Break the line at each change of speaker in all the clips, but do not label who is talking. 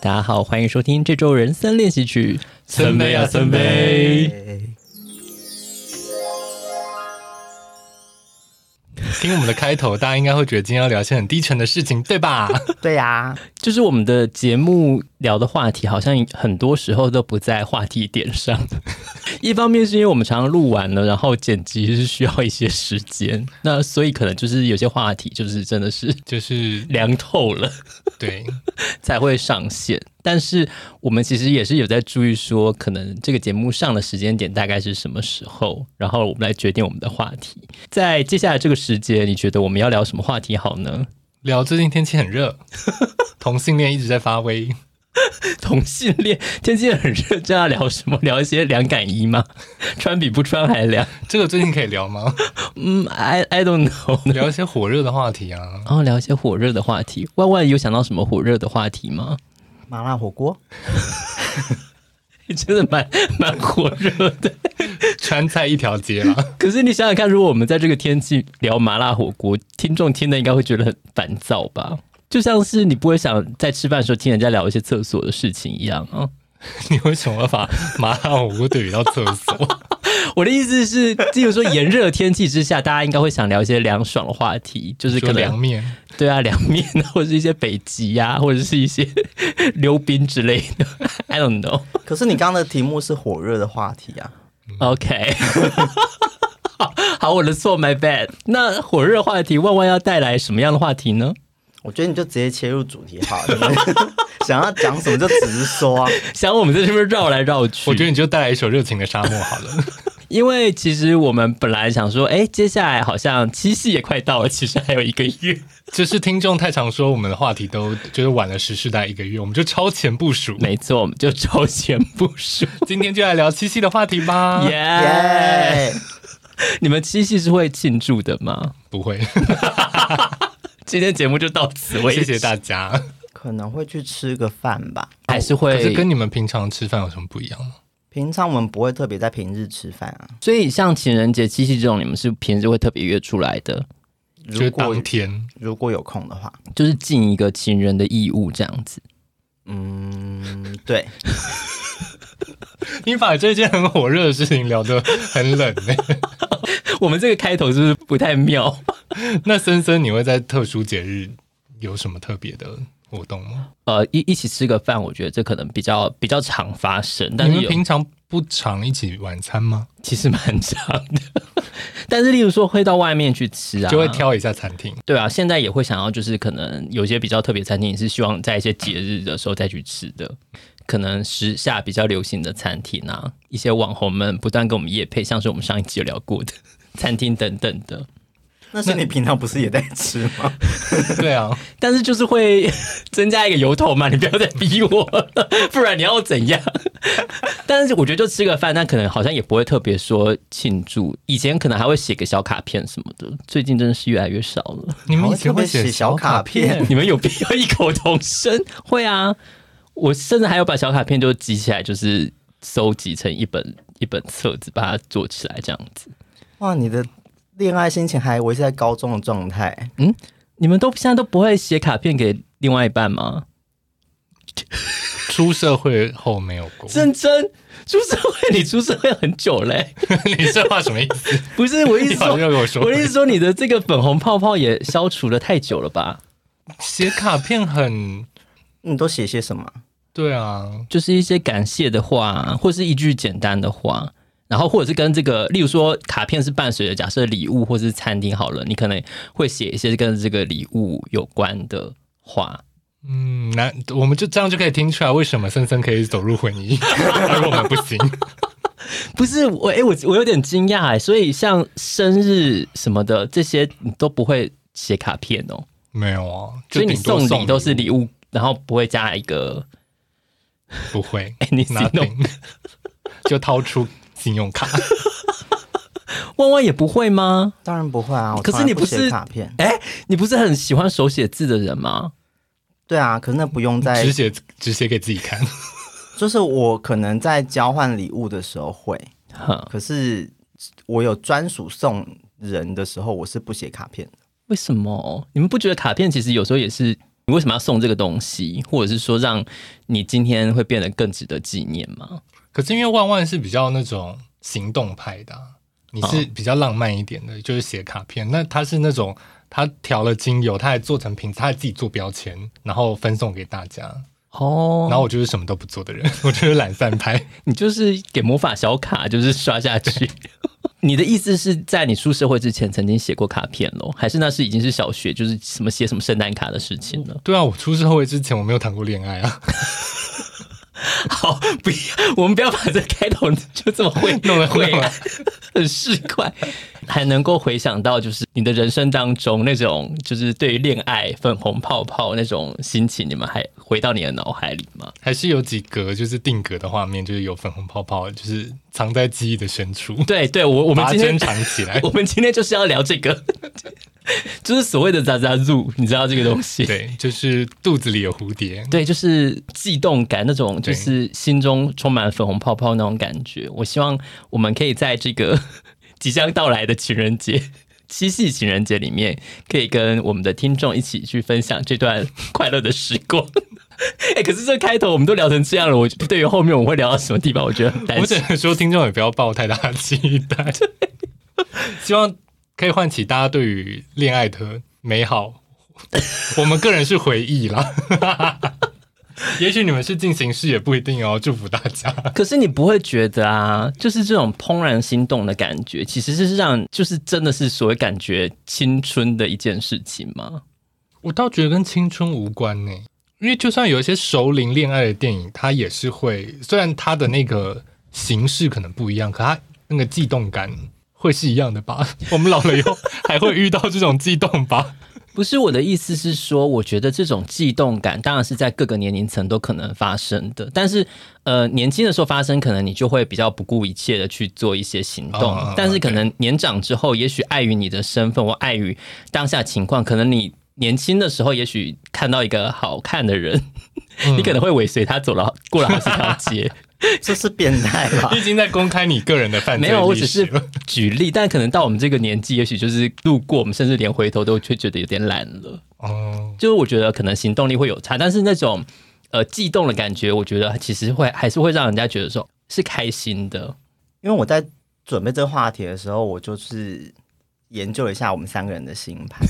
大家好，欢迎收听这周人生练习曲。
森杯啊森杯，听我们的开头，大家应该会觉得今天要聊一些很低沉的事情，对吧？
对呀、
就是我们的节目聊的话题，好像很多时候都不在话题点上。 一方面是因为我们常常录完了，然后剪辑是需要一些时间，那所以可能就是有些话题就是真的是
就是
凉透了。
对，
才会上线。但是我们其实也是有在注意说，可能这个节目上的时间点大概是什么时候，然后我们来决定我们的话题。在接下来这个时间，你觉得我们要聊什么话题好呢？
聊最近天气很热， 同性恋一直在发威，
同性恋天气很热，这要聊什么？聊一些凉感衣吗？ 穿比不穿还凉？
这个最近可以聊吗？
嗯，I I don't know。
聊一些火热的话题啊，
然后聊一些火热的话题。万万有想到什么火热的话题吗？
麻辣火锅，
真的蛮蛮火热的。
川菜一条街啊啦。
可是你想想看，如果我们在这个天气聊麻辣火锅，听众听的应该会觉得很烦躁吧？就像是你不会想在吃饭的时候听人家聊一些厕所的事情一样啊。
你为什么要把麻辣火锅对比到厕所？
我的意思是，例如说炎热的天气之下，大家应该会想聊一些凉爽的话题， 就是可
说凉
能
面，
对啊，凉面啊，或者是一些 北极呀、或者是一些溜冰之类的。I don't know。
可是你刚刚的题目是火热的话题啊，
OK，好，我的错，My bad。那火热话题，万万要带来什么样的话题呢？
我觉得你就直接切入主题好了， 你们想要讲什么就直说啊。
想我们在这边绕来绕去，
我觉得你就带来一首热情的沙漠好了。
因为其实我们本来想说，哎，接下来好像七夕也快到了，其实还有一个月。
就是听众太常说我们的话题都就是晚了时事大概一个月，我们就超前 部署，
没错，我们就超前部 署。
今天就来聊七夕的话题吧。
啊耶、
哎
耶、
你们七夕是会庆祝的吗？
不会，
今天节目就到此为
谢
止，
谢大家。
可能会去吃个饭吧。
还是
可是
会
跟你们平常吃饭有什么不一样吗？
平常我们不会特别在平日吃饭啊。
所以像情人节、七夕这种，你们是平时会特别约出来的，
就是
如果
当天
如果有空的话，
就是尽一个情人的义务这样子。
嗯， 对，
你把这件很火热的事情聊得很冷欸呢、
我们这个开头是不是不太妙？
那森森，你会在特殊节日有什么特别的活动吗？
呃，一一起吃个饭，我觉得这可能比较比较常发生，但
你
是
们
有
平常不常一起晚餐吗？
其实蛮长的。 但是，例如说会到外面去吃啊，
就会挑一下餐厅。
对啊。现在也会想要，就是可能有些比较特别餐厅，也是希望在一些节日的时候再去吃的。可能时下比较流行的餐厅啊，一些网红们不断跟我们夜配，像是我们上一集有聊过的 餐厅等等的。
那是你平常不是也在吃吗？
对啊，
但是就是会 增加一个由头嘛，你不要再逼我 了，不然你要我怎样？ 但是我觉得就吃个饭，但可能好像也不会特别说庆祝。以前可能还会写个小卡片什么的，最近真的是越来越少了。
你们以前会
还会特别
写
写小卡片
你们有必要异口同声？ 会啊，我甚至还有把小卡片就集起来，就是收集成一本一本册子，把它做起来这样子。
哇，你的恋爱心情还维持在高中的状态，
你们都现在都不会写卡片给另外一半吗？
出社会后没有过？
认真出社会，你出社会很久嘞、
你这话什么意思？
不是我意
你
思
好
说
像，跟我说
我的意思说你的这个粉红泡泡也消除了太久了吧？
写卡片很
你都写些什么？
对啊，
就是一些感谢的话，或是一句简单的话，然后或者是跟这个，例如说卡片是伴随着假设礼物或是餐厅好了，你可能会写一些跟这个礼物有关的话。
嗯，那我们就这样就可以听出来为什么森森可以走入婚姻， 而我们不行。
不是我，诶，我我有点惊讶哎，所以像生日什么的这些，你都不会写卡片哦，
没有啊，就
所以你
顶多
送礼都是
礼
礼物，然后不会加一个
物，不会。
哎，你
nothing，就掏出信用 卡。
万万也不会吗？
当然不会啊，我
可
从
是
来
你
不
不
写
是
卡片，
哎、你不是很喜欢手写字的人吗？
对啊，可是那不用
哎
在
只写只写给自己看，
就是我可能在交换礼物的时候会，
哈，
可是我有专属送人的时候，我是不写卡片的。
为什么？你们不觉得卡片其实有时候也是你为什么要送这个东西，或者是说让你今天会变得更值得纪念吗？
可是因为万万是比较那种行动派的啊、你是
嗯
比较浪漫一点的，就是写卡片。那他是那种他调了精油，他还做成瓶子，他还自己做标签，然后分送给大家。
哦，
然后我就是什么都不做的人， 我就是懒散派。
你就是给魔法小卡，就是刷下去。你的意思是在你出社会之前曾经写过卡片喽？还是那是已经是小学，就是什么写什么圣诞卡的事情了？
对啊，我出社会之前我没有谈过恋爱啊，
好，不要，我们不要把这开头就这么会
弄得
会
弄得
很市侩，还能够回想到就是你的人生当中那种就是对于恋爱粉红泡泡那种心情，你们还回到你的脑海里吗？
还是有几格就是定格的画面，就是有粉红泡泡，就是藏在记忆的深处，
对对，我我们
把它
今
珍
天
藏起来
我。们今天就是要聊这个， 就是所谓的渣渣入，你知道这个东西。
对，就是肚子里有蝴蝶。
对，就是悸动感那种，就
对
是心中充满粉红泡泡那种感觉。我希望我们可以在这个 即将到来的情人节。 七夕情人节里面，可以跟我们的听众一起去分享这段快乐的时光。 哎、可是这开头我们都聊成这样了，我对于后面我们会聊到什么地方，我觉得很担
我只
心。
能说，听 众也不啊要抱太大的期待，希望可以唤起大家对于恋爱的美好。我们个人是回忆啦， 也许你们是进行式也不一定哦。祝福大家，
可是你不会觉得啊，就是这种怦然心动的感觉，其实是让就是真的是所谓感觉青春的一件事情吗？
我倒觉得跟青春无关呢、因为就算有一些熟龄恋爱的电影，它也是会，虽然它的那个形式可能不一样，可它那个悸动感会是一样的吧？ 我们老了以后还会遇到这种悸动 吧？
不是我的意思是说，我觉得这种悸动感当然是在各个年龄层都可能发生的，但是呃，年轻的时候发生，可能你就会比较不顾一切的去做一些行动，
哦
但是可能年长之后，也许碍于你的身份或碍于当下情况，可能你年轻的时候，也许看到一个好看的 人，
嗯
你可能会尾随他走了过了好几条街。
这是变态吧
你？已经在公开你个人的犯罪
没有，我
历
只
史
是
了
举例，但可能到我们这个年纪，也许就是路过，我们甚至连回头都会觉得有点懒了。
哦，
就是我觉得可能行动力会有差，但是那种呃悸动的感觉，我觉得其实会还是会让人家觉得说是开心的。
因为我在准备这个话题的时候，我就是研究了一下我们三个人的星盘。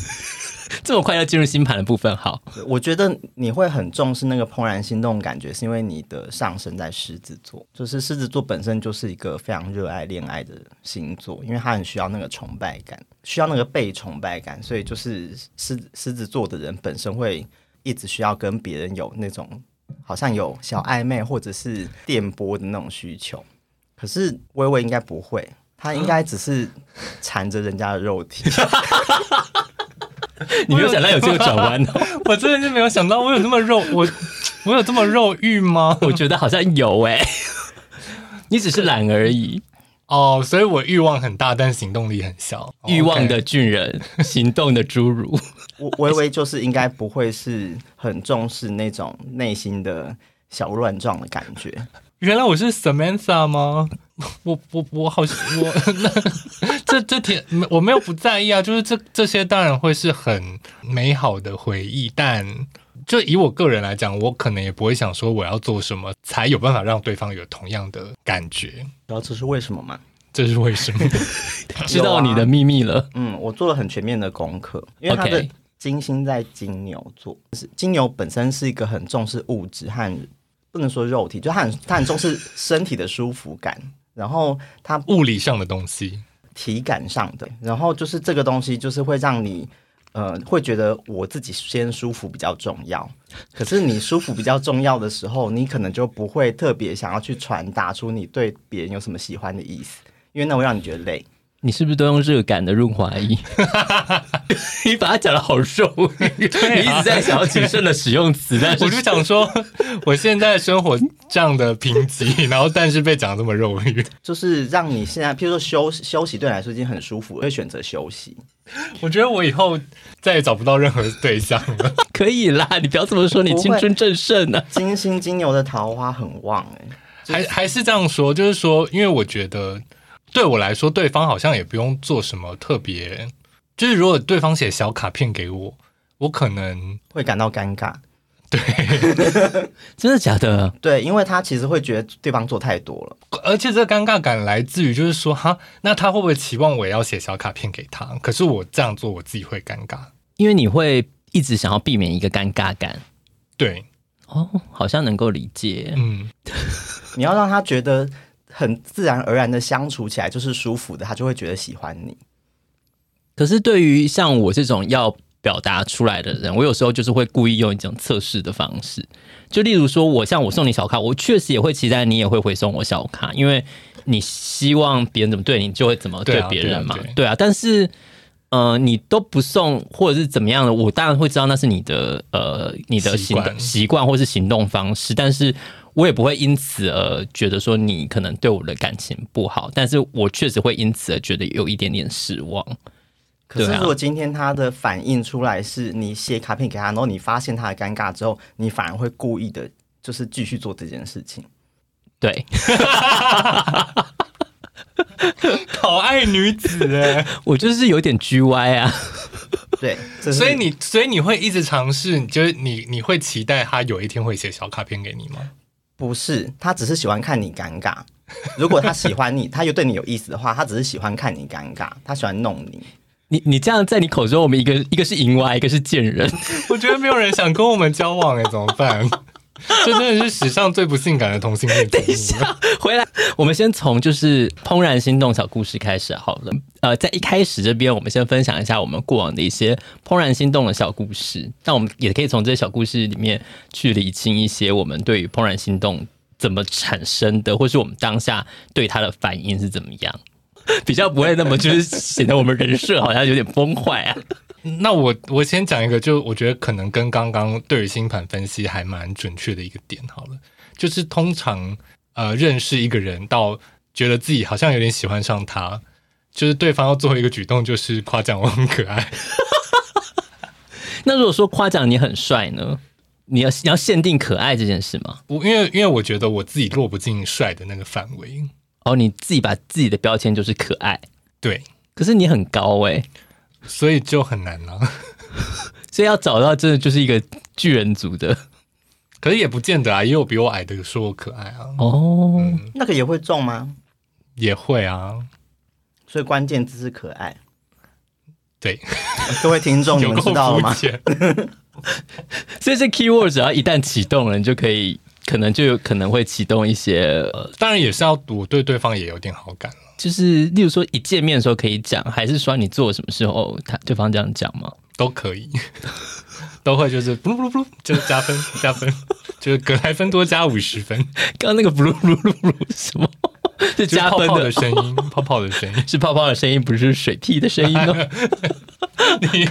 这么快要进入星盘的部分， 好，
我觉得你会很重视那个怦然心动的感觉，是因为你的上升在狮子座，就是狮子座本身就是一个非常热爱恋爱的星座，因为他很需要那个崇拜感，需要那个被崇拜感，所以就是狮狮子座的人本身会一直需要跟别人有那种好像有小暧昧或者是电波的那种需求。可是微微应该不会，她应该只是缠着人家的肉体。
你没有想到有这个转弯哦，
我真的是没有想到我有那么肉，我 我有这么肉欲吗？
我觉得好像有哎、 你只是懒而已，
哦，所以我欲望很大，但行动力很小。哦
欲望
OK
的俊人，行动的侏 儒。
我微微就是应该不会是很重视那种内心的小鹿乱撞的感觉，
原来我是 Samantha 吗？我我我好我那这这天我没有不在意啊，就是这这些当然会是很美好的回忆，但就以我个人来讲，我可能也不会想说我要做什么才有办法让对方有同样的感觉，
然后这是为什么吗？
这是为什么？
知道你的秘密
啊
了，
嗯，我做了很全面的功课，因为他
OK
的金星在金牛座，就是金牛本身是一个很重视物质和不能说肉体，就他很他很重视身体的舒服感，然后他
物理上的东西，
体感上的，然后就是这个东西就是会让你。呃，会觉得我自己先舒服比较重要。可是你舒服比较重要的时候，你可能就不会特别想要去传达出你对别人有什么喜欢的意思，因为那会让你觉得累。
你是不是都用热感的润滑 液？你把它讲的好肉欲，你一直在想要谨慎的使用词，但是
啊我就想说，我现在生活这样的贫瘠，然后但是被讲得这么肉欲，
就是让你现在，譬如说休休息对你来说已经很舒服，会选择休息。
我觉得我以后再也找不到任何对象了。
可以啦，你不要这么说，你
不会
青春正盛啊呢、
金星金牛的桃花很旺
还
哎、
还是这样说，就是说，因为我觉得对我来说，对方好像也不用做什么特别，就是如果对方写小卡片给我，我可能
会感到尴尬。
真的假的？
对，因为他其实会觉得对方做太多了。
而且呃这个尴尬感来自于，就是说，哈，那他会不会期望我也要写小卡片给他？可是我这样做，我自己会尴尬。
因为你会一直想要避免一个尴尬感。
对，
哦，好像能够理解。
嗯，
你要让他觉得很自然而然的相处起来就是舒服的，他就会觉得喜欢你。
可是对于像我这种要表达出来的人，我有时候就是会故意用一种测试的方式，就例如说，我像我送你小卡，我确实也会期待你也会回送我小卡，因为你希望别人怎么对你，就会怎么
对
对
啊
别人嘛，
对啊对
对啊。但是，呃，你都不送或者是怎么样的，我当然会知道那是你的呃你的
习
行
惯
动习惯或是行动方式，但是。我也不会因此而觉得说你可能对我的感情不好，但是我确实会因此而觉得有一点点失望。
可是
对啊
如果今天他的反应出来是你写卡片给他，然后你发现他的尴尬之后，你反而会故意的，就是继续做这件事情。
对，
好爱女子 哎，
我就是有点 G Y 啊，
对，这是
所以你，所以你会一直尝试，你就是你，你会期待他有一天会写小卡片给你吗？
不是他只是喜欢看你尴尬。如果他喜欢你，他又对你有意思的话，他只是喜欢看你尴尬，他喜欢弄你。
你你这样在你口中，我们一个一个是淫娃，一个是贱人，
我觉得没有人想跟我们交往哎，怎么办？ 这真的是史上最不性感的同性恋。
等一下，回来，我们先从就是怦然心动小故事开始好了。呃，在一开始这边，我们先分享一下我们过往的一些怦然心动的小故事。那我们也可以从这些小故事里面去理清一些我们对于怦然心动怎么产生的，或是我们当下对它的反应是怎么样， 比较不会那么就是显得我们人设好像有点崩坏啊。
那我我先讲一个，就我觉得可能跟刚刚对于星盘分析还蛮准确的一个点好了，就是通常呃认识一个人到觉得自己好像有点喜欢上他，就是对方要做一个举动，就是夸奖我很可爱，
那如果说夸奖你很帅呢？你要你要限定可爱这件事吗？
我因为因为我觉得我自己落不进帅的那个范围，
哦，你自己把自己的标签就是可爱，
对，
可是你很高诶、
所以就很难啊了、
所以要找到真的就是一个巨人族的
可是也不见得啊，也有比我矮的说我可爱啊，
哦。
那个也会中吗？
也会啊，
所以关键字是可爱。
对，
各位听
哦
众，你
有
们
够
知道了
肤
吗？
浅。
所以这 keyword 只要一旦启动了，你就可以可能就有可能会启动一些，呃、
当然也是要我对对方也有点好感了，
就是例如说一见面的时候可以讲，还是说你做了什么时候他对方这样讲吗？
都可以， 都会就是不噜不噜不噜，就是加分加分，就是格莱芬多加五十分，
刚刚那个 blue blue blue blue 什么？是
就是
加
泡
分
泡
的，
的声音，泡泡的声音，
是泡泡的声音，不是水屁的声音哦。
你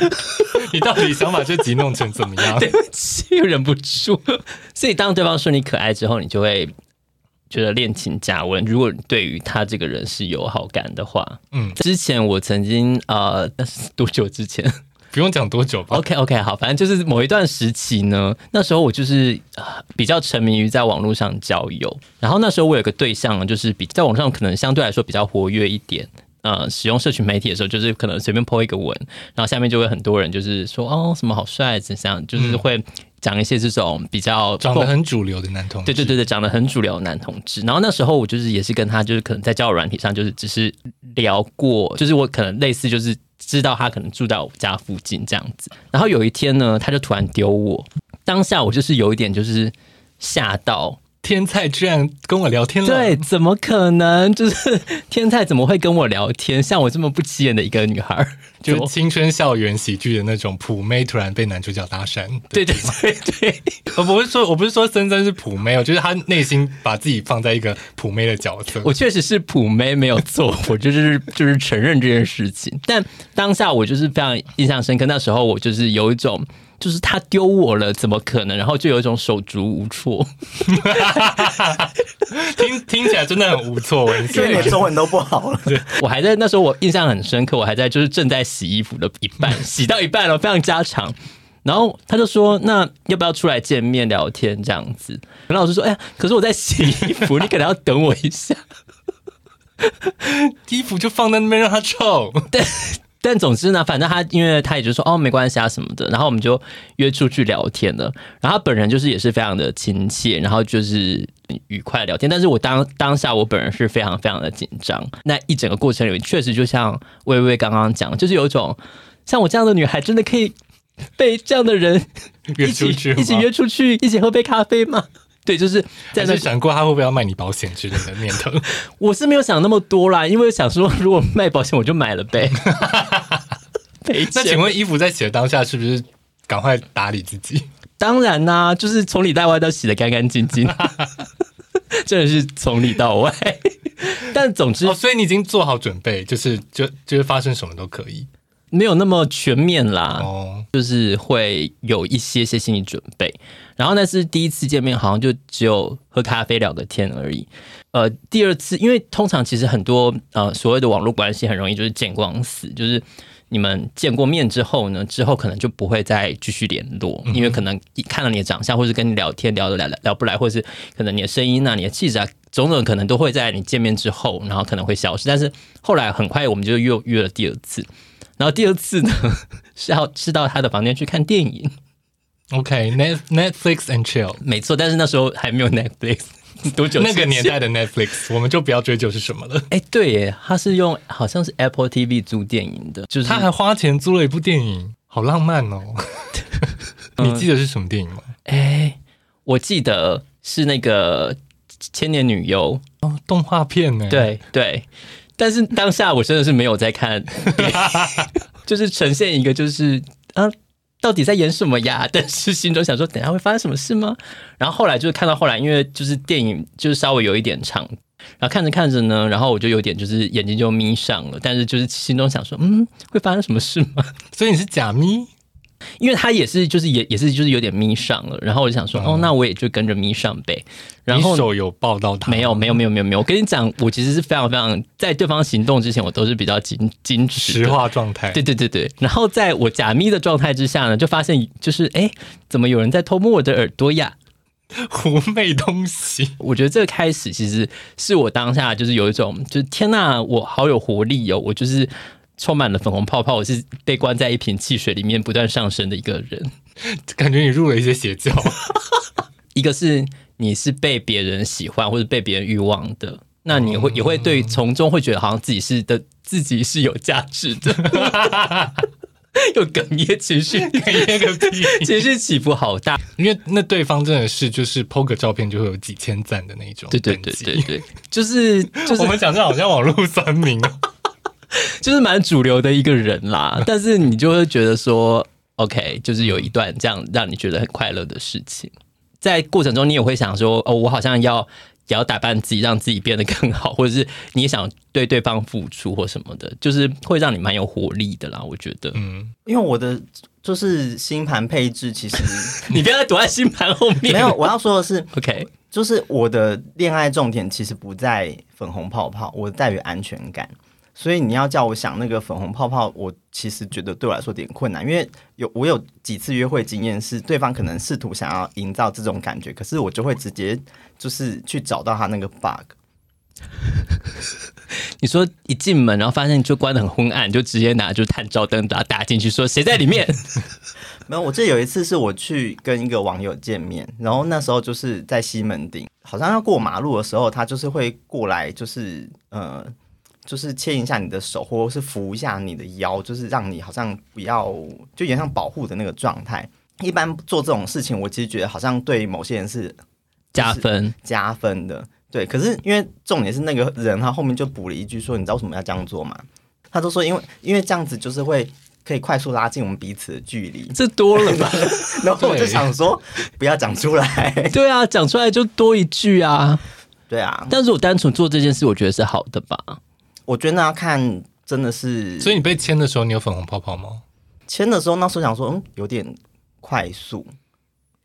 你到底想把这集弄成怎么样？
对不起，又忍不住。 所以当对方说你可爱之后，你就会觉得恋情加温。如果你对于他这个人是有好感的话，
嗯
之前我曾经呃，那是多久之前
不用讲多久吧，
？OK OK，好，反正就是某一段时期呢，那时候我就是、呃比较沉迷于在网络上交友，然后那时候我有个对象呢，就是比在网上可能相对来说比较活跃一点。呃，使用社群媒体的时候，就是可能随便 po 一个文，然后下面就会很多人就是说哦什么好帅，怎样，就是会讲一些这种比较
嗯长得很主流的男同志，
哦对对对对，长得很主流的男同志。然后那时候我就是也是跟他就是可能在交友软体上就是只是聊过，就是我可能类似就是知道他可能住在我家附近这样子。然后有一天呢，他就突然丢我，当下我就是有一点就是吓到，
天菜居然跟我聊天了，
对，，怎么可能？就是天菜怎么会跟我聊天？像我这么不起眼的一个女孩儿，哦
就是青春校园喜剧的那种普妹突然被男主角搭讪，
对对对对。
呃我不是说我不是说森森是普妹哦，就是他内心把自己放在一个普妹的角色，
我确实是普妹没有做，我 就是就是承认这件事情。但当下我就是非常印象深刻，那时候我就是有一种。就是他丢我了，怎么可能？然后就有一种手足无措。
听听起来真的很无 措，我跟你
因
说
为你的中文都不好了。
我还在那时候，我印象很深刻，我还在就是正在洗衣服的一半，洗到一半了，非常家常。然后他就说：“那要不要出来见面聊天这样子？”然后我就说：“哎呀，可是我在洗衣服，你可能要等我一下。”
衣服就放在那边让它臭，
但总之呢，反正他因为他也就说哦没关系啊什么的，然后我们就约出去聊天了。然后他本人就是也是非常的亲切，然后就是愉快地聊天。但是我当当下我本人是非常非常的紧张。那一整个过程里面，确实就像薇薇刚刚讲的，就是有一种像我这样的女孩真的可以被这样的人
约
一起
出去吗
一起约出去，一起喝杯咖啡吗？ 对，就是在
但
那
是想过他会不会要卖你保险之类的念 头？
我是没有想那么多啦，因为想说如果卖保险我就买了呗。 赔
那
钱
请问衣服在洗的当下是不是赶快打理自己？
当然啦、就是从里到外都洗得干干净净，真的是从里到外。但总之
哦，所以你已经做好准备，就是就就是发生什么都可以。
没有那么全面啦，
哦，
就是会有一些些心理准备。然后那是第一次见面，好像就只有喝咖啡聊个天而已。呃，第二次，因为通常其实很多呃所谓的网络关系很容易就是见光死，就是你们见过面之后呢，之后可能就不会再继续联络，因为可能一看到你的长相，或是跟你聊天聊得来聊不来，或是可能你的声音啊、你的气质啊，种种可能都会在你见面之后，然后可能会消失。但是后来很快我们就又约了第二次，然后第二次呢 是要是到他的房间去看电影。
OK，Net Netflix and chill。
没错，但是那时候还没有 Netflix，多 久之
那
前
个年？代的 Netflix，我们就不要追究是什么了。
哎、对耶，他是用好像是 Apple TV 租电影的，就是
他还花钱租了一部电影，好浪漫 哦！
嗯
你记得是什么电影吗？
哎、我记得是那个《千年女优
哦，动画片呢？》，，
对对，但是当下我真的是没有在看电影， 就是呈现一个就是啊。到底在演什么呀？但是心中想说，等一下会发生什么事吗？然后后来就是看到后来，因为就是电影就是稍微有一点长，然后看着看着呢，然后我就有点就是眼睛就眯上了，但是就是心中想说，嗯，会发生什么事吗？
所以你是假咪，
因为他也是就是也也是就是有点眯上了，然后我就想说，哦，那我也就跟着眯上呗。然
你
后
手有抱到他？
没有没有没有没有没有，我跟你讲，我其实是非常非常在对方行动之前，我都是比较矜矜持的
石化状态。
对对对对，然后在我假眯的状态之下呢，就发现就是哎，诶怎么有人在偷摸我的耳朵呀？
狐媚东西，
我觉得这个开始其实是我当下就是有一种就是天呐，我好有活力哦，我就是充满了粉红泡泡，我是被关在一瓶汽水里面不断上升的一个人。
感觉你入了一些 邪教。
一个是你是被别人喜欢或者被别人欲望的，那你会也会对从中会觉得好像自己是的，自己是有价值的， 有哽咽情绪，
那个屁！
情绪起伏好大。
因为那对方真的是就是剖个照片就会有几千赞的那一种
对
等级。
对对对对，就是就
我
是
们讲这好像网络酸民 哦。
就是蛮主流的一个人啦， 但是你就会觉得说，OK，就是有一段这样让你觉得很快乐的事情，在过程中你也会想说，哦，我好像要也要打扮自己，让自己变得更好， 或者是你也想对对方付出或什么的，就是会让你蛮有活力的啦。我觉 得，
嗯，
因为我的就是星盘配置其实
你不要再躲在星盘后面。
没有，我要说的是，
，OK，
就是我的恋爱重点其实不在粉红泡泡，我在于安全感。所以你要叫我想那个粉红泡泡，我其实觉得对我来说有点困难，因为有我有几次约会经验是对方可能试图想要营造这种感觉，可是我就会直接就是去找到他那个 bug。
你说一进门然后发现就关的很昏暗，你就直接拿就探照灯把它打进去，说谁在里 面？
没有，我记得有一次是我去跟一个网友见面，然后那时候就是在西门町，好像要过马路的时候，他就是会过来，就是呃，就是牵一下你的手，或者是扶一下你的腰，就是让你好像不要，就有点像保护的那个状态。一般做这种事情，我其实觉得好像对某些人是
加分，
加分的。对，可是因为重点是那个人他后面就补了一句说，你知道为什么要这样做吗？他就说因为因为这样子就是会可以快速拉近我们彼此的距离。
这多了 吧？
然后我就
对
想说，不要讲出来。
对啊，讲出来就多一句啊。
对啊，
但是我单纯做这件事，我觉得是好的吧。
我觉得那要看真的是，
所以你被签的时候，你有粉红泡泡吗？
签的时候那时候想说，嗯，有点快速，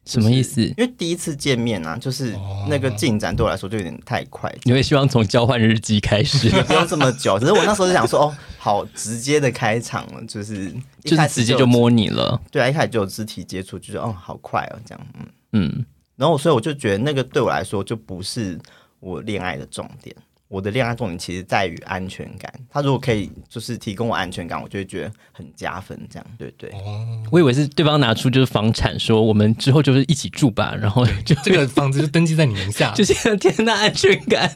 什么意思？哦
因为第一次见面啊，就是那个进展对我来说就有点太快，
你会希望从交换日记开始，
不用这么久。只是我那时候就想说，哦，好直接的开场了，就是 一
就
开
是
始
直接就，摸你了？
对啊，一开始就有肢体接触，就是哦，好快哦，这样，嗯。
嗯，
然后所以我就觉得那个对我来说就不是我恋爱的重点，我的恋爱重点其实在于安全感。他如果可以就是提供我安全感，我就会觉得很加分。这样对
哦
对，
我以为是对方拿出就是房产说我们之后就是一起住吧， 然后就，
这个房子就登记在你名下
就是天呐安全感。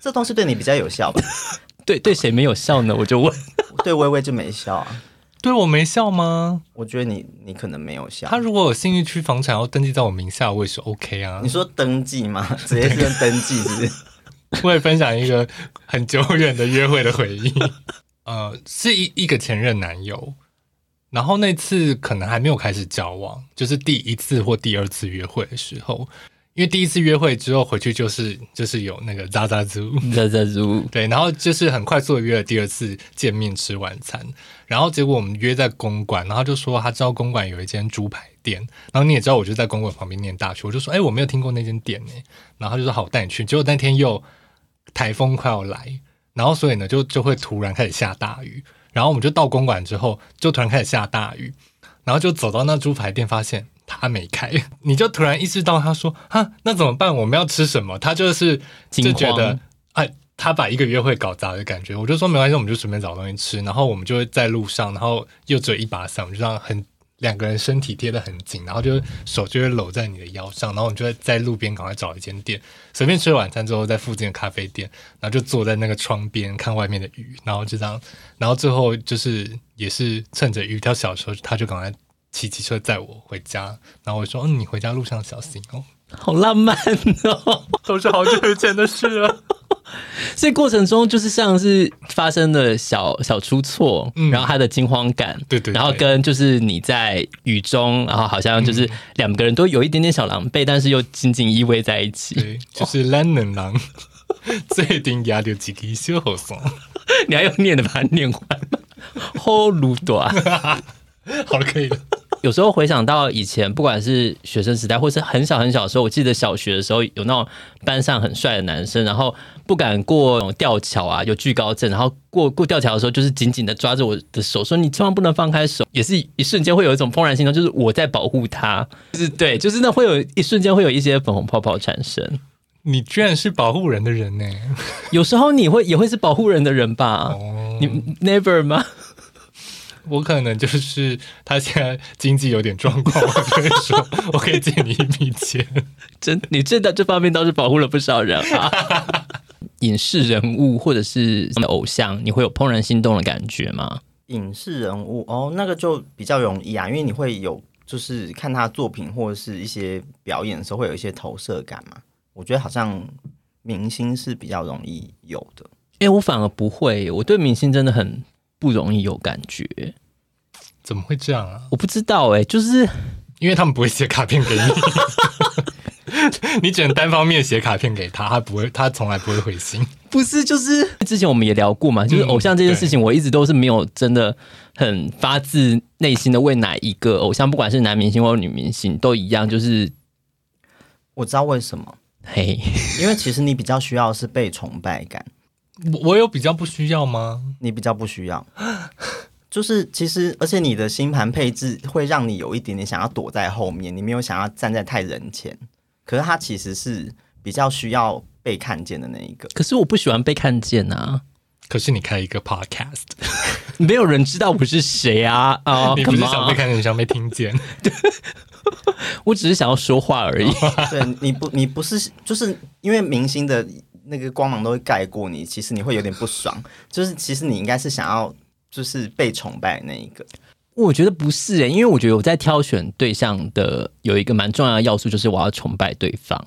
这东西对你比较有效吧？
对对，谁没有笑呢？我就 问，
对微微就没效啊。
对我没笑吗？
我觉得你你可能没有效。
他如果有信义区房产要登记在我名下，我也是 OK 啊
你。说登记吗？ 直接是用登记是不是？
我也分享一个很久远的约会的回忆，呃，是一一个前任男友，然后那次可能还没有开始交往，就是第一次或第二次约会的时候，因为第一次约会之后回去就是就是有那个渣渣猪，
嗯
这这如
对，然后就是很快速的约了第二次见面吃晚餐，然后结果我们约在公馆，然后他就说他知道公馆有一间猪排店，然后你也知道我就在公馆旁边念大学，我就说哎、我没有听过那间店呢、然后他就说好我带你去，结果那天又台风快要来，然后所以呢就就会突然开始下大雨，然后我们就到公馆之后就突然开始下大雨，然后就走到那猪排店发现。他没开， 你就突然意识到，他说：“哈，那怎么办？我们要吃什么？”他就是就
惊
觉得
慌
哎，他把一个约会搞砸的感觉，我就说没关系，我们就随便找东西吃，然后我们就会在路上，然后又只有一把伞，我们就这样很两个人身体贴得很紧，然后就手就会搂在你的腰上，然后我们就会在路边赶快找一间店，随便吃晚餐之后，在附近的咖啡店，然后就坐在那个窗边看外面的雨，然后就这样，然后最后就是也是趁着雨，他小时候他就赶快骑机车载我回家，然后我说嗯，你回家路上小心哦，
好浪漫哦！
都是好久以前的事啊了。
所以过程中就是像是发生了小小出错，
嗯
然后他的惊慌感，
对对对
然后跟就是你在雨中，然后好像
嗯
就是两个人都有一点点小狼狈，但是又紧紧依偎在一起。
对，就是懒人郎，最顶也就一支小雨伞，
你还要念的把它念完 吗，好鲁短。
好可以了。
有时候回想到以前，不管是学生时代，或是很小很小的时候，我记得小学的时候有那种班上很帅的男生，然后不敢过那种吊桥啊，有惧高症，然后过过吊桥的时候，就是紧紧的抓着我的手，说你千万不能放开手，也是一瞬间会有一种怦然心动，就是我在保护他，就是对，就是那会有一瞬间会有一些粉红泡泡产生。
你居然是保护人的人呢、
有时候你会也会是保护人的人吧？
哦，
你 never 吗？
我可能就是他现在经济有点状况，我就会说， 我可以借你一笔钱。
真，你这的这方面倒是保护了不少人啊。 影视人物或者是偶像，你会有怦然心动的感觉吗？
影视人物哦，那个就比较容易啊，因为你会有就是看他作品或者是一些表演的时候会有一些投射感嘛。我觉得好像明星是比较容易有的。
哎、我反而不会，我对明星真的很不容易有感觉。
怎么会这样啊？
我不知道哎、就是
因为他们不会写卡片给你， 你只能单方面写卡片给他，他不会，他从来不会回信。
不是就是之前我们也聊过嘛，就是
嗯
偶像这件事情，我一直都是没有真的很发自内心的为哪一个偶像，不管是男明星或女明星都一样，就是
我知道为什么，
嘿，
因为其实你比较需要的是被崇拜感，
我我有比较不需要吗？
你比较不需要。就是其实，而且你的星盘配置会让你有一点点想要躲在后面，你没有想要站在太人前。可是他其实是比较需要被看见的那一个。
可是我不喜欢被看见啊，
可是你开一个 podcast，
没有人知道我是谁啊啊！
你不是
come on
想被看见，你想被听 见。
我只是想要说话而已。
哦
对，你不，你不是，就是因为明星的那个光芒都会盖过你，其实你会有点不爽。就是其实你应该是想要，就是被崇拜的那一个。
我觉得不是诶、因为我觉得我在挑选对象的有一个蛮重要的要素，就是我要崇拜对方，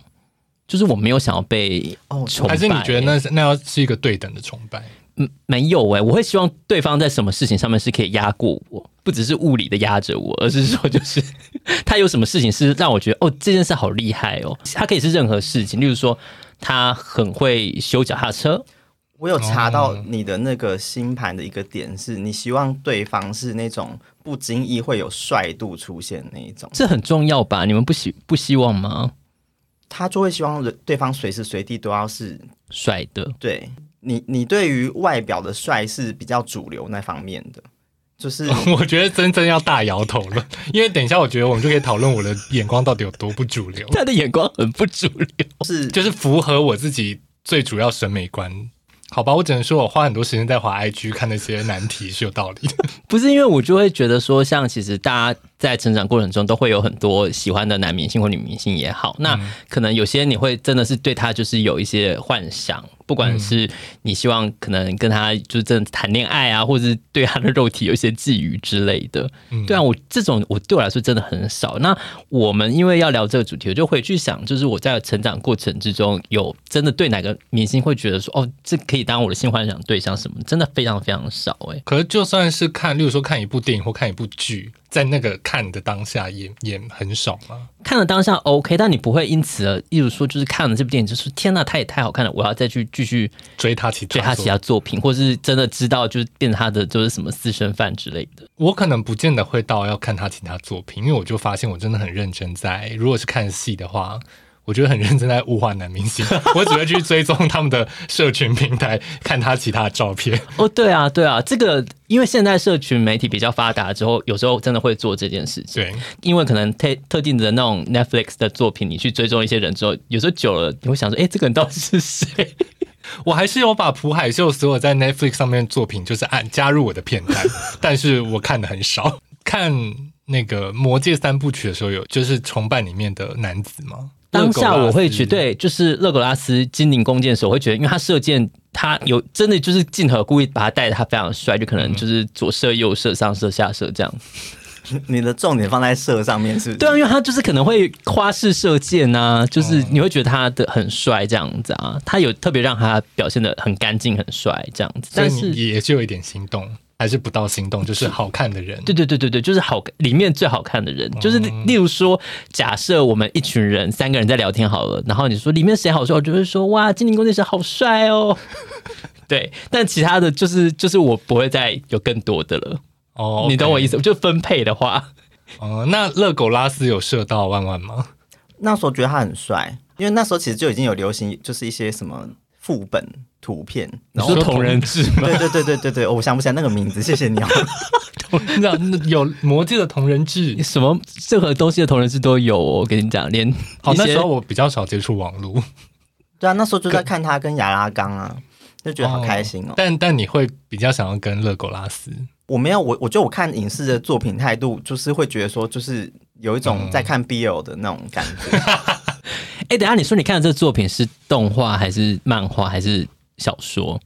就是我没有想要被
哦
崇拜、
还是你觉得？那是那要是一个对等的崇拜？
嗯，没有诶、我会希望对方在什么事情上面是可以压过我，不只是物理的压着我，而是说就是 他有什么事情是让我觉得哦这件事好厉害哦，他可以是任何事情，例如说他很会修脚踏车，
我有查到你的那个星盘的一个点是，你希望对方是那种不经意会有帅度出现的那一种，
这很重要吧？你们不希不希望吗？
他就会希望人对方随时随地都要是
帅的。
哦
对你，你对于外表的帅是比较主流那方面的，就是
我觉得真正要大摇头了， 因为等一下，我觉得我们就可以讨论我的眼光到底有多不主流，
他的眼光很不主流。
是
就是符合我自己最主要审美观。好吧，我只能说我花很多时间在滑 IG 看那些难题是有道理的。
不是因为我就会觉得说，像其实大家在成长过程中都会有很多喜欢的男明星或女明星也好，那可能有些你会真的是对他就是有一些幻想，不管是你希望可能跟他就是真的谈恋爱啊，或者是对他的肉体有一些觊觎之类的。对啊，我这种我对我来说真的很少。那我们因为要聊这个主题，我就回去想，就是我在成长过程之中有真的对哪个明星会觉得说，哦，这可以当我的性幻想对象什么，真的非常非常少哎、
可是就算是看，例如说看一部电影或看一部剧，在那个看的当下也也很少嘛。
看了当下 OK，但你不会因此而，例如说，就是看了这部电影，就是天呐，它也太好看了，我要再去继续
追他其他
追他
作
其他作品，或是真的知道就是变成他的就是什么私生饭之类的。
我可能不见得会到要看他其他作品，因为我就发现我真的很认真在，如果是看戏的话，我就会很认真在物化男明星，我只会去追踪他们的社群平台，看他其他的照片。
哦，对啊，对啊，这个因为现在社群媒体比较发达之后，有时候真的会做这件事情。
对，
因为可能特特定的那种 Netflix 的作品，你去追踪一些人之后，有时候久了，你会想说，哎、这个人到底是谁？
我还是有把朴海秀所有在 Netflix 上面的作品，就是按加入我的片 单，但是我看的很少。看那个《魔戒》三部曲的时候有，就是崇拜里面的男子吗？
当下我会觉
绝
得，对，就是勒格拉斯精灵弓箭手，我会觉得，因为他射箭，他有真的就是竞合故意把他带的他非常帅，就可能就是左射右射上射下射这样。
你的重点放在射上面是不是？
对啊，因为他就是可能会花式射箭啊，就是你会觉得他的很帅这样子啊，他有特别让他表现的很干净很帅这样子，
所
但
以你
是。
也是有一点心动，还是不到心动，就是好看的人。
对对对对对，就是好里面最好看的人，就是例如说，假设我们一群人三个人在聊天好了，然后你说里面谁好帅，我就会说哇，精灵工程师好帅哦。对，但其他的就是就是我不会再有更多的了
哦，
你懂我意
思。
思？就分配的话，
哦，那勒狗拉斯有射到万万 吗？
那时候觉得他很帅，因为那时候其实就已经有流行，就是一些什么副本图片，
你
然后
说同人志吗？
对对对对对对，哦我想不起来那个名字，谢谢你啊。
那那有魔界的同人志。
什么任何东西的同人志都有、哦，我跟你讲，连
好，
一些
那时候我比较少接触网络，
对啊，那时候就在看他跟亚拉冈啊，就觉得好开心哦。
但但你会比较想要跟勒狗拉斯，
我没有，我我觉得我看影视的作品态度，就是会觉得说，就是有一种在看 BL 的那种感觉。
哎、等一下你说你看的这个作品是动画还是漫画还是小说？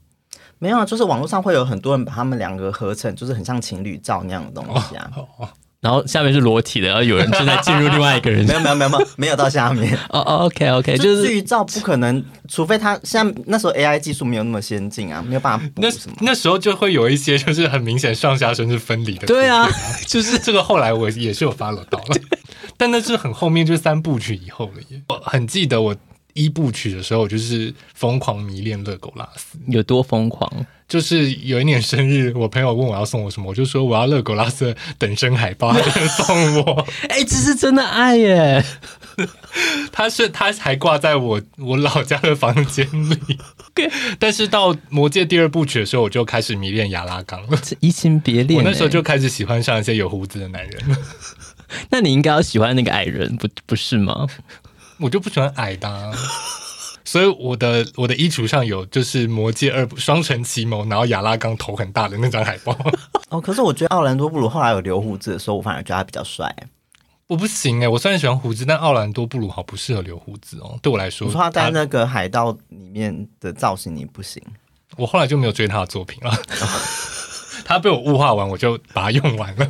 没有啊，就是网络上会有很多人把他们两个合成，就是很像情侣照那样的东西
哦
啊。
然后下面是裸体的，然后有人正在进入另外一个人
没有没有没有没有没有到下面，
哦哦，OK OK，
就
就是是
剧照不可能，除非他像那时候 AI 技术没有那么先进啊，没有办法补
那
什么。
那时候就会有一些就是很明显上下身是分离的。
对啊，
就是这个后来我也是有 follow 到了，但那是很后面就是三部曲以后了耶。我很记得我一部曲的时候，我就是疯狂迷恋勒狗拉斯。
有多疯狂？
就是有一年生日，我朋友问我要送我什么，我就说我要勒狗拉斯的等身海报，他就送我。
哎、这是真的爱耶！
他是他还挂在我我老家的房间里。但是到《魔戒》第二部曲的时候，我就开始迷恋亚拉冈了。
这移情别恋欸
我
耶。
那时候就开始喜欢上一些有胡子的男人了，
那你应该要喜欢那个矮人，不不是 吗？
我就不喜欢矮的啊、所以我的我的衣橱上有就是《魔戒二部》双城奇谋，然后亚拉冈头很大的那张海报。
哦，可是我觉得奥兰多布鲁后来有留胡子的时候，我反而觉得他比较帅。
嗯我不行哎、我虽然喜欢胡子，但奥兰多布鲁好不适合留胡子哦。对我来说，
你说他在那个海盗里面的造型你不行，
我后来就没有追他的作 品了。他被我物化完，我就把它用完了。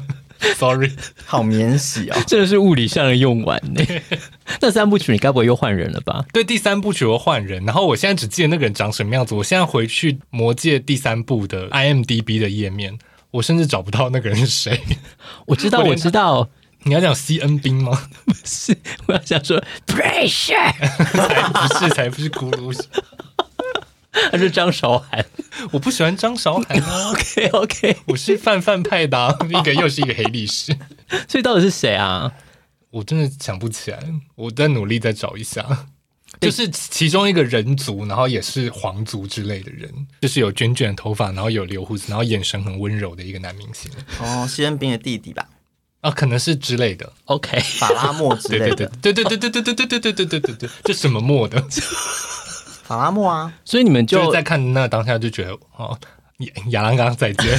Sorry。
好免洗哦。
真的是物理上的用完呢。 那三部曲你该不会又换人了吧？
对，第三部曲我换人，然后我现在只记得那个人长什么样子。我现在回去《魔戒》第三部的 IMDB 的页面，我甚至找不到那个人是谁。
我知道，
我
我
连
知道，
你要讲 C N 兵吗？
是我要想说 pressure，
才不是，才不是咕噜。
还是张韶 涵
我不喜欢张韶涵啊，
？OK OK，
我是范范派的、啊，一个又是一个黑历史。
所以到底是谁啊？
我真的想不起来，我在努力再找一下。就是其中一个人族，然后也是皇族之类的人，就是有卷卷头发，然后有留胡子，然后眼神很温柔的一个男明星
哦，西恩兵的弟弟吧，
啊，可能是之类的。
OK，
法拉莫之
对
类
对
的。
对对对对对对对对对对对对对，这什么墨的？
法拉木啊，
所以你们
就是
就
在看那当下就觉得哦，亚亚郎刚再见，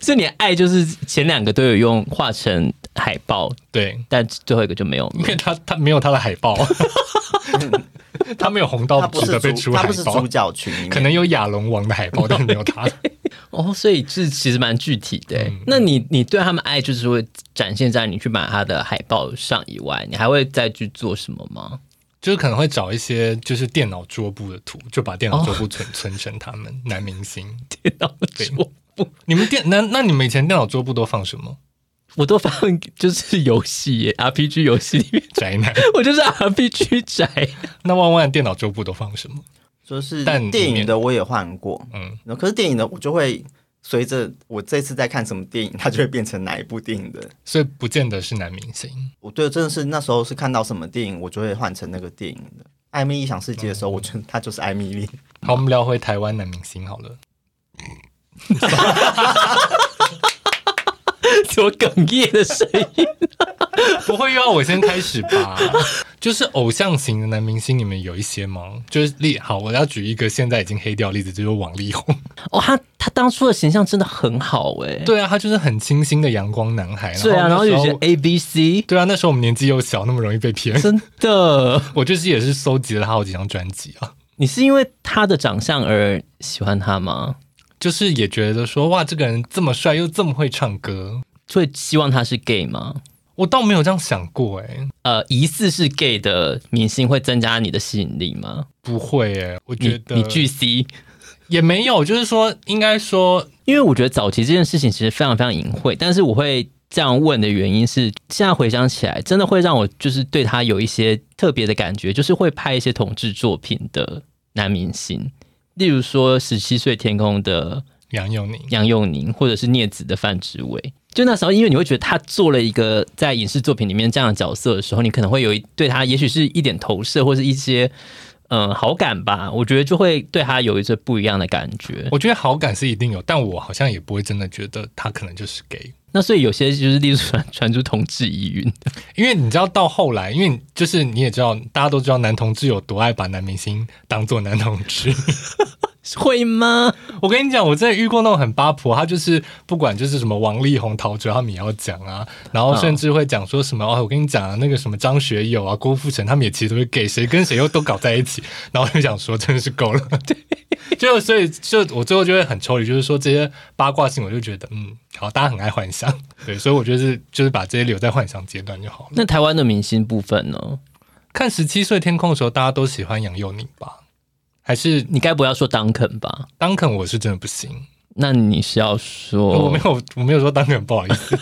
所以你的爱就是前两个都有用画成海报，
对，
但最后一个就没有。
因为他他没有他的海报，他没有红
他
到
不
值得
是
哦被
主
出
他
海
不是
报
主，角群里面，
可能有亚龙王的海报，但没有他。
哦，所以这其实蛮具体的欸、
嗯
那你你对他们爱就是会展现在你去买他的海报上以外，你还会再去做什么吗？
就是可能会找一些就是电脑桌布的图，就把电脑桌布存、存成他们男明星。
电脑
对
桌布，
你们电那那你们以前电脑桌布都放什么？
我都放就是游戏耶，RPG 游戏里面，
宅男。
我就是 RPG 宅。
那万万电脑桌布都放什么？
就是
但里
电
面
影的我也换过，
嗯，
可是电影的我就会随着我这次在看什么电影，它就会变成哪一部电影的。
所以不见得是男明星。
我对，真的是那时候是看到什么电影，我就会换成那个电影的。《艾米异想世界》的时候，我
哦
觉得 它就是艾米丽。
好，我们聊回台湾男明星好了。
怎么哽咽的声音？
不会又要我先开始吧？ 就是偶像型的男明星，你们有一些吗？就是例好，我要举一个现在已经黑掉的例子，就是王 力宏。
哦，他他当初的形象真的很好哎、
对啊，他就是很清新的阳光男孩。
对啊，然后
那
有
时候
些 A B C，
对啊，那时候我们年纪又小，那么容易被骗。
真的，
我就是也是搜集了他好几张专辑啊，
你是因为他的长相而喜欢他吗？
就是也觉得说哇，这个人这么帅又这么会唱歌，
会希望他是 gay 吗？
我倒没有这样想过哎、
呃，疑似是 gay 的明星会增加你的吸引力吗？
不会哎、我觉
你
得
你巨 C，
也没有，就是说应该说
因为我觉得早期这件事情其实非常非常隐晦，但是我会这样问的原因是，现在回想起来，真的会让我就是对他有一些特别的感觉，就是会拍一些同志作品的男明星，例如说《十七岁天空》的
杨佑宁
杨佑宁，或者是聂子的范植伟。就那时候，因为你会觉得他做了一个在影视作品里面这样的角色的时候，你可能会有一对他，也许是一点投射，或是一些嗯、呃好感吧。我觉得就会对他有一些不一样的感觉。
我觉得好感是一定有，但我好像也不会真的觉得他可能就是 gay，
那所以有些就是，例如传传出同志疑云，
因为你知道到后来，因为你就是你也知道，大家都知道男同志有多爱把男明星当做男同志。
会吗？
我跟你讲，我真的遇过那种很八婆，她就是不管就是什么王力宏、陶喆他们也要讲啊，然后甚至会讲说什么、哦，我跟你讲啊，那个什么张学友啊、郭富城他们也其实都是 gay，谁跟谁又都搞在一起，然后我就想说真的是够了， 对，就所以就我最后就会很抽离，就是说这些八卦性我就觉得嗯，好，大家很爱幻想， 对，所以我觉得是就是把这些留在幻想阶段就好了。
那台湾的明星部分呢？
看十七岁天空的时候，大家都喜欢杨佑宁吧？还是
你该不要说当肯吧？
当肯我是真的不行。
那你是要说
哦我没有，我没有说当然不好意思，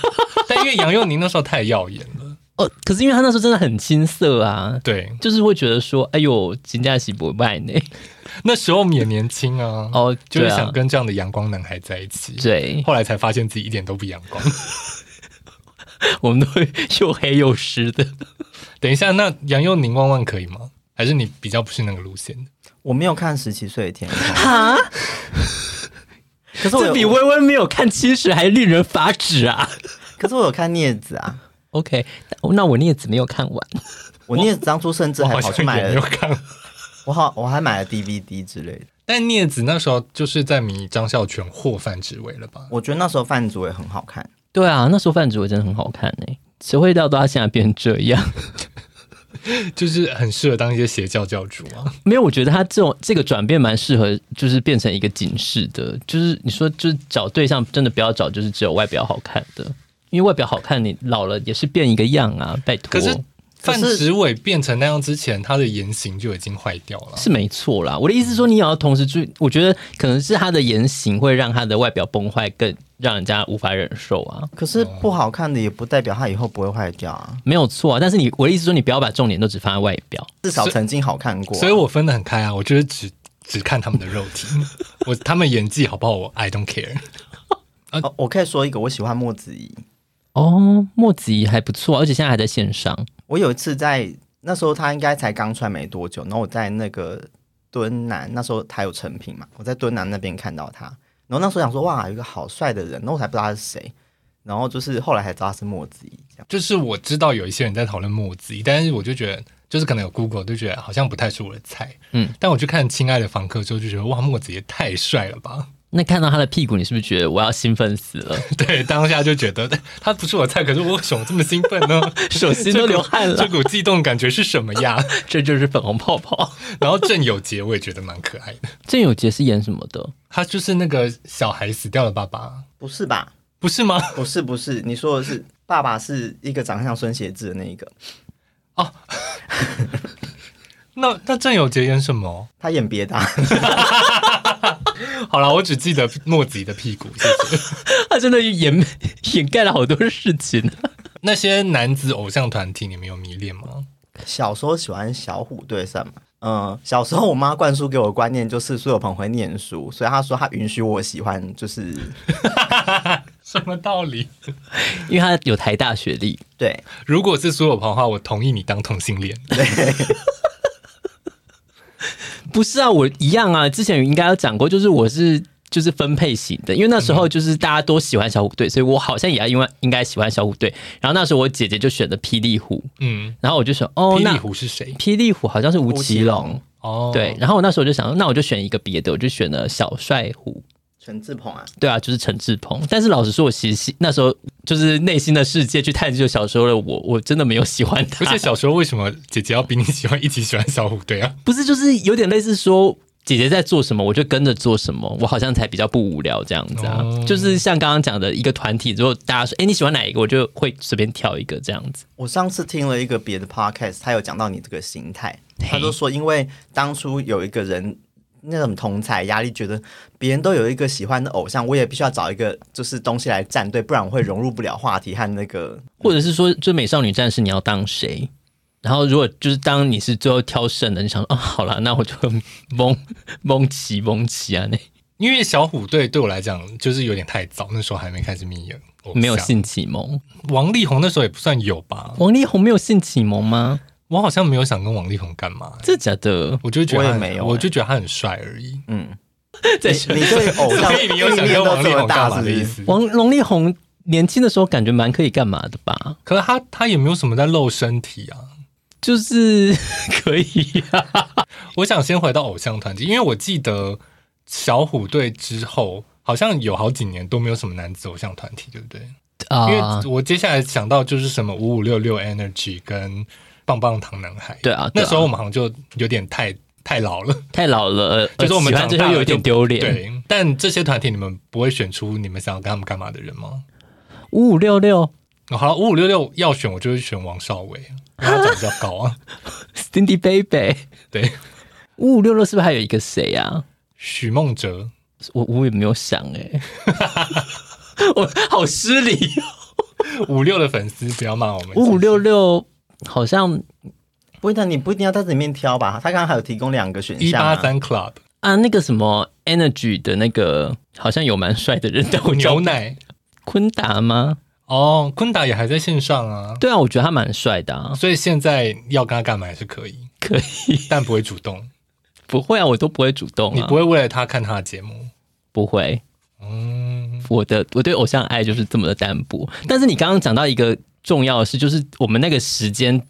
但因为杨佑宁那时候太耀眼了，
哦？可是因为他那时候真的很青涩啊，
对，
就是会觉得说，哎呦，金佳喜不卖呢。
那时候我们也年轻啊，
哦，
就是
对啊
想跟这样的阳光男孩在一起，
对，
后来才发现自己一点都不阳光。
我们都 会又黑又湿的。
等一下，那杨佑宁万万可以吗？还是你比较不是那个路线的？
我没有看《十七岁的天空》，
哈，
可是我
这比
有，
微微没有看七十还令人发指啊
可是我有看《镊子》啊。
！OK，那我镊子没有看完，
我《镊子》当初甚至
我
还
好
跑去
像
买
也没有
了，
看。
我好我还买了 DVD 之类的。
但聂子那时候就是在迷张孝全或范植伟了吧？
我觉得那时候范祖也很好看，
对啊，那时候范植伟真的很好看欸呢、谁会料到他现在变成这样？
就是很适合当一些邪教教主啊。
没有，我觉得他这种这个转变蛮适合，就是变成一个警示的。就是你说，就是找对象真的不要找，就是只有外表好看的，因为外表好看，你老了也是变一个样啊。拜托，
可是范
可是
植伟变成那样之前，他的言行就已经坏掉了。
是没错啦。我的意思是说，你也要同时注意，我觉得可能是他的言行会让他的外表崩坏，更让人家无法忍受啊。
可是
哦
不好看的也不代表它以后不会坏掉啊，
没有错啊，但是你我的意思是说，你不要把重点都只放在外表。
至少曾经好看过啊、
所以我分得很开啊，我就是只只看他们的肉 体，我他们演技好不好，我 I don't care。
哦，我可以说一个，我喜欢莫子仪。
哦，莫子仪还不错，而且现在还在线上。
我有一次在那时候他应该才刚出来没多久，然后我在那个敦南，那时候他有成品嘛，我在敦南那边看到他，然后那时候想说哇，有一个好帅的人，然后我才不知道他是谁，然后就是后来才知道他是莫子仪这样。
就是我知道有一些人在讨论墨子，但是我就觉得就是可能有 Google 就觉得好像不太是我的菜，
嗯
嗯，但我去看《亲爱的房客》之后就觉得哇，莫子也太帅了吧！
那看到他的屁股，你是不是觉得我要兴奋死了？
对，当下就觉得他不是我的菜，可是我为什么这么兴奋呢？
手心都流汗了
这股这股悸动感觉是什么 呀？
这就是粉红泡泡。
然后郑有杰我也觉得蛮可爱的，
郑有杰是演什么的？
他就是那个小孩死掉的爸爸，
不是吧？
不是吗？
不是不是，你说的是爸爸是一个长相像孙协志的那一个，
那那郑有杰演什么？
他演别的啊，
好了，我只记得莫子怡的屁股，谢谢。
他真的掩掩盖了好多事情。
那些男子偶像团体，你们有迷恋吗？
小时候喜欢小虎队算吗？嗯，小时候我妈灌输给我的观念就是苏有朋会念书，所以她说她允许我喜欢，就是
什么道理？
因为他有台大学历，
对
如果是苏有朋的话，我同意你当同性恋。
不是啊，我一样啊。之前应该有讲过，就是我是就是分配型的，因为那时候就是大家都喜欢小虎队，所以我好像也要因为应该喜欢小虎队。然后那时候我姐姐就选的霹雳虎，
嗯，
然后我就想哦，
霹雳
那
虎是谁？
霹雳虎好像是吴
吴
奇
奇
隆，
哦，
对。，然后我那时候就想，那我就选一个别的，我就选了小帅虎。
陈志鹏啊，
对啊，就是陈志鹏。但是老实说，我其实那时候就是内心的世界去探究小时候的我，我真的没有喜欢他
而。且小时候为什么姐姐要比你喜欢一起喜欢小虎队啊？
不是，就是有点类似说姐姐在做什么，我就跟着做什么，我好像才比较不无聊这样子啊。
哦
就是像刚刚讲的一个团体，如果大家说哎、诶你喜欢哪一个，我就会随便挑一个这样子。
我上次听了一个别的 podcast，他有讲到你这个心态，
嘿
他就说，因为当初有一个人那种同才压力，觉得别人都有一个喜欢的偶像，我也必须要找一个就是东西来站队，不然我会融入不了话题和那个。
或者是说，就美少女战士你要当谁？然后如果就是当你是最后挑剩的，你想说啊、好了，那我就 蒙蒙奇蒙奇啊，那
因为小虎队对我来讲就是有点太早，那时候还没开始迷恋偶像。
没有性启蒙。
王力宏那时候也不算有吧？
王力宏没有性启蒙吗？
我好像没有想跟王力宏干嘛、
这假的？
我就觉得
我也
他
没有
我
欸
就觉得他很帅而 已。
嗯，
在
你你对偶
所
像
以你有
欲
想跟
念都
王
这
力
么
宏
大，
干
是
嘛
不
的意
是？
思？
王王力宏年轻的时候感觉蛮可以干嘛的吧？
可是他他也没有什么在露身体啊。
就是 可以啊，
我想先回到偶像团体，因为我记得小虎队之后，好像有好几年都没有什么男子偶像团体，对不对？因
啊
为我接下来想到就是什么五五六六 Energy 跟棒棒糖男孩，
对啊，对
那
啊
时候我们好像就有点太太老了，
太老了，
就是我们
呃喜欢这
长
些
大了
有点
就
丢脸。
对。但这些团体你们不会选出你们想要跟他们干嘛的人吗？
五五六六
哦好了，五五六六要选，我就会选王少伟，因为他长得比较高 啊。
，Cindy Baby，
对，
五五六六是不是还有一个谁啊？
许梦哲，
我我也没有想哎、 我好失礼。
五六的粉丝不要骂我们。
五五六六好像
不一定，啊你不一定要在这里面挑吧。他刚刚还有提供两个选
一
项、
八
啊，
三 Club
啊，那个什么 Energy 的那个好像有蛮帅的人，但我叫
哦牛奶
昆达吗？
哦，昆达也还在线上啊，
对啊，我觉得他蛮帅的啊，
所以现在要跟他干嘛也是可以，
可以。
但不会主 动，
不会啊，我都不会主动、啊，
你不会为了他看他的节目。
不会，
嗯，
我的我对偶像爱就是这么的淡薄。但是你刚刚讲到一个重要的事，就是我们那个时间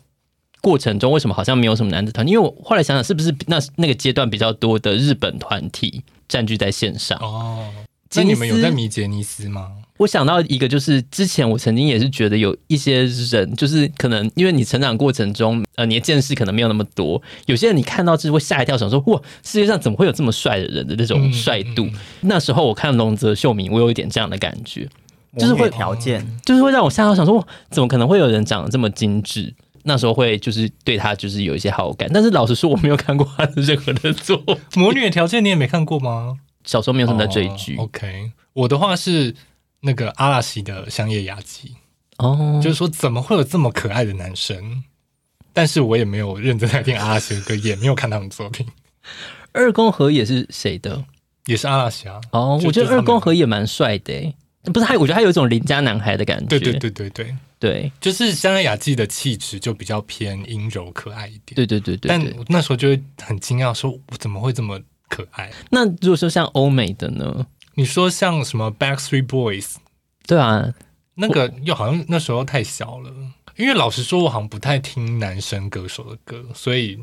过程中，为什么好像没有什么男子团体？因为我后来想想，是不是那那个阶段比较多的日本团体占据在线上？
哦，
吉
那
尼
你
斯
们有在迷杰尼斯吗？
我想到一个，就是之前我曾经也是觉得有一些人，就是可能因为你成长过程中，呃，你的见识可能没有那么多，有些人你看到就是会吓一跳，想说哇，世界上怎么会有这么帅的人的那种
嗯
帅度？
嗯
那时候我看龙泽秀明，我有一点这样的感觉，就是
模拟
会
条
哦
件。
就是会让我吓到，想说哇，怎么可能会有人长得这么精致？那时候会就是对他就是有一些好感，但是老实说，我没有看过他的任何的作品，
魔女的条件你也没看过吗？
小时候没有什么在追剧
哦 OK，我的话是那个阿拉西的香叶雅纪，
哦
就是说怎么会有这么可爱的男生？但是我也没有认真在听阿拉西的歌，也没有看他们作品，
二宫和也是谁的？
也是阿拉西啊。
哦，
就
我觉
就
得
他
二
们
宫和也蛮帅的欸，不是他，我觉得他有一种邻家男孩的感觉。
对对对对对，
对
就是香奈雅纪的气质就比较偏阴柔可爱一点。
对对对对
但
对
我那时候就会很惊讶，说我怎么会这么可爱？
那如果说像欧美的呢？
你说像什么 Backstreet Boys
对啊，
那个，又好像那时候太小了。因为老实说，我好像不太听男生歌手的歌，所以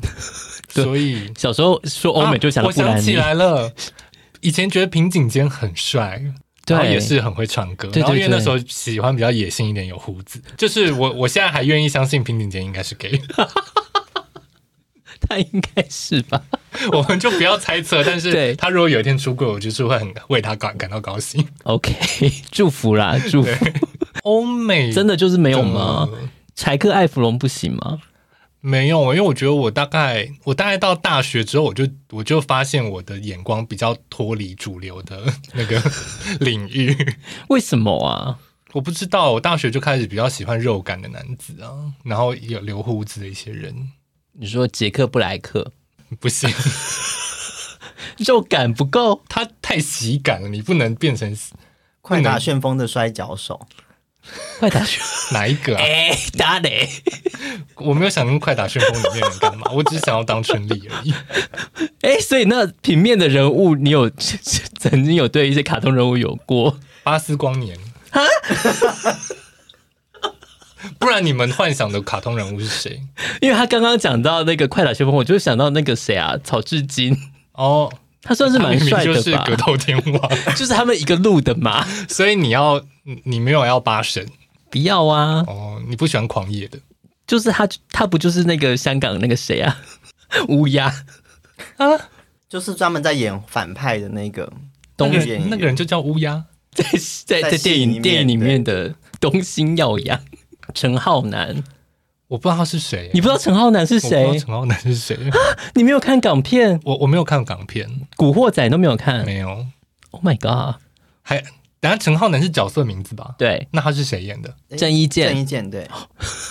所以
小时候说欧美就想
啊
到
我
布
想
兰
起
妮，
来了，以前觉得平井坚很帅，然后
对
啊也是很会唱歌，
对对
然后因为
对
那时候喜欢比较野性一点，有胡子，就是我我现在还愿意相信平井坚应该是 gay，
他应该是吧？
我们就不要猜测，但是
对
他如果有一天出柜，我就是会很为他感感到高兴。
OK，祝福啦，祝福！
欧美
真
的
的就是没有吗？柴克艾弗隆不行吗？
没有，因为我觉得我大概我大概到大学之后，我就我就发现我的眼光比较脱离主流的那个领域。
为什么啊？
我不知道，我大学就开始比较喜欢肉感的男子啊，然后有留胡子的一些人，
你说杰克布莱克
不行，
肉感不够，
他太喜感了，你不能变成
快
不
打
能
旋风的摔跤手，
快打 去！
哪一个啊？
哎、打雷！
我没有想跟快打旋风里面的人干嘛，我只是想要当春丽而已。
哎、所以那平面的人物，你有 曾经有对一些卡通人物有过？
巴斯光年不然你们幻想的卡通人物是谁？
因为他刚刚讲到那个快打旋风，我就想到那个谁啊，草至今，
哦，
他算是蛮
他
帅
明明就是
的吧？
格斗天王，
就是他们一个路的嘛。
所以你要你你没有要八神
不要啊，
哦，你不喜欢狂野的
就是他，他不就是那个香港那个谁啊， 乌鸦
啊？
就是专门在演反派的那个
那
东
个
野
人那个人就叫乌鸦，
在在在
在戏
电
里
影
面
电影里面的东星耀阳，陈浩南，
我不知道他是谁，啊
你不知道陈浩南是
我不知道
谁？
陈浩南是谁？
你没有看港片《
我我没有看港片，
古惑仔》都没有
嗯
看
没有。
？Oh my god！
还等下陈浩南是角色名字吧？
对，
那他是谁演的？
诶
郑伊健
郑伊健对，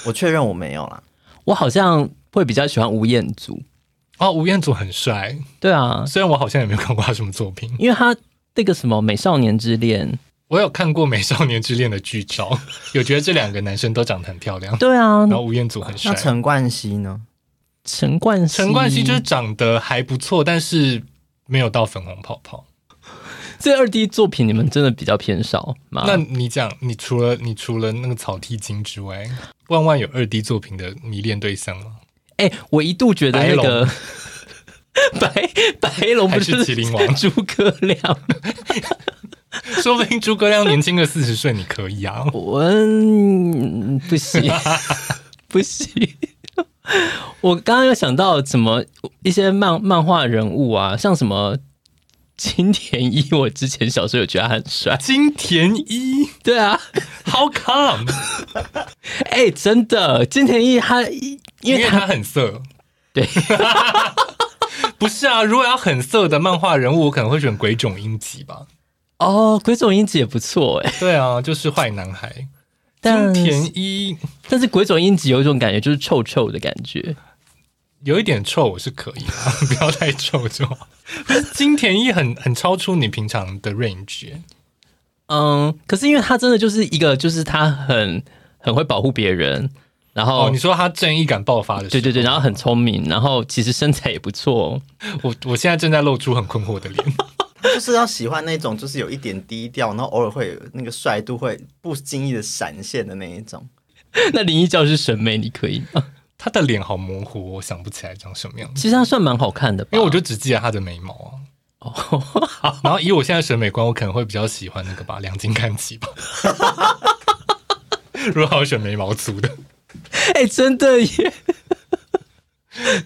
我确认我没有啦。
我好像会比较喜欢吴彦祖。
哦，吴彦祖很帅，
对啊，
虽然我好像也没有看过他什么作品，
因为他那个什么《美少年之恋》，
我有看过《美少年之恋》的剧照， 有觉得这两个男生都长得很漂亮，
对啊
然，后吴彦祖很帅
那。陈冠希呢？
陈冠希，
陈冠希就是长得还不错，但是没有到粉红泡泡。
这二 D 作品，你们真的比较偏少吗？
那你讲，你除了你除了那个草剃金之外，万万有二 D 作品的迷恋对象吗？
哎、我一度觉得那个 白白龙不
还
是
是麒麟 王
诸葛亮，
说不定诸葛亮年轻个四十岁，你可以啊。
我嗯不 行不行。我刚刚有想到什么一些漫漫画人物啊，像什么金田一，我之前小时候有觉得他很帅。
金田一
对啊，
，How come？
哎、真的，金田一他因
因
为
为
他
他很色。
对
不是啊，如果要很色的漫画人物，我可能会选鬼冢英吉吧。
哦，鬼冢英子也不错哎、
对啊，就是坏男孩。金
但
田一
但是鬼冢英子有一种感觉，就是臭臭的感觉。
有一点臭，我是可以啊， 不要太臭就好。不是金田一很很超出你平常的 range，耶
嗯，可是因为他真的就是一个，就是他很很会保护别人，然后、
哦你说他正义感爆发的时
对
候，
对对，然后很聪明，然后其实身材也不错、哦。
我我现在正在露出很困惑的脸。
他就是要喜欢那种，就是有一点低调，然后偶尔会有那个帅度会不经意的闪现的那一种。
那林一教师审美你可以吗？
他的脸好模糊，我想不起来长什么样子，
其实他算蛮好看的吧，
因为我就只记得他的眉毛啊。哦，然后以我现在审美观，我可能会比较喜欢那个吧，梁静看齐吧。 如果要选眉毛粗的，
哎、真的耶，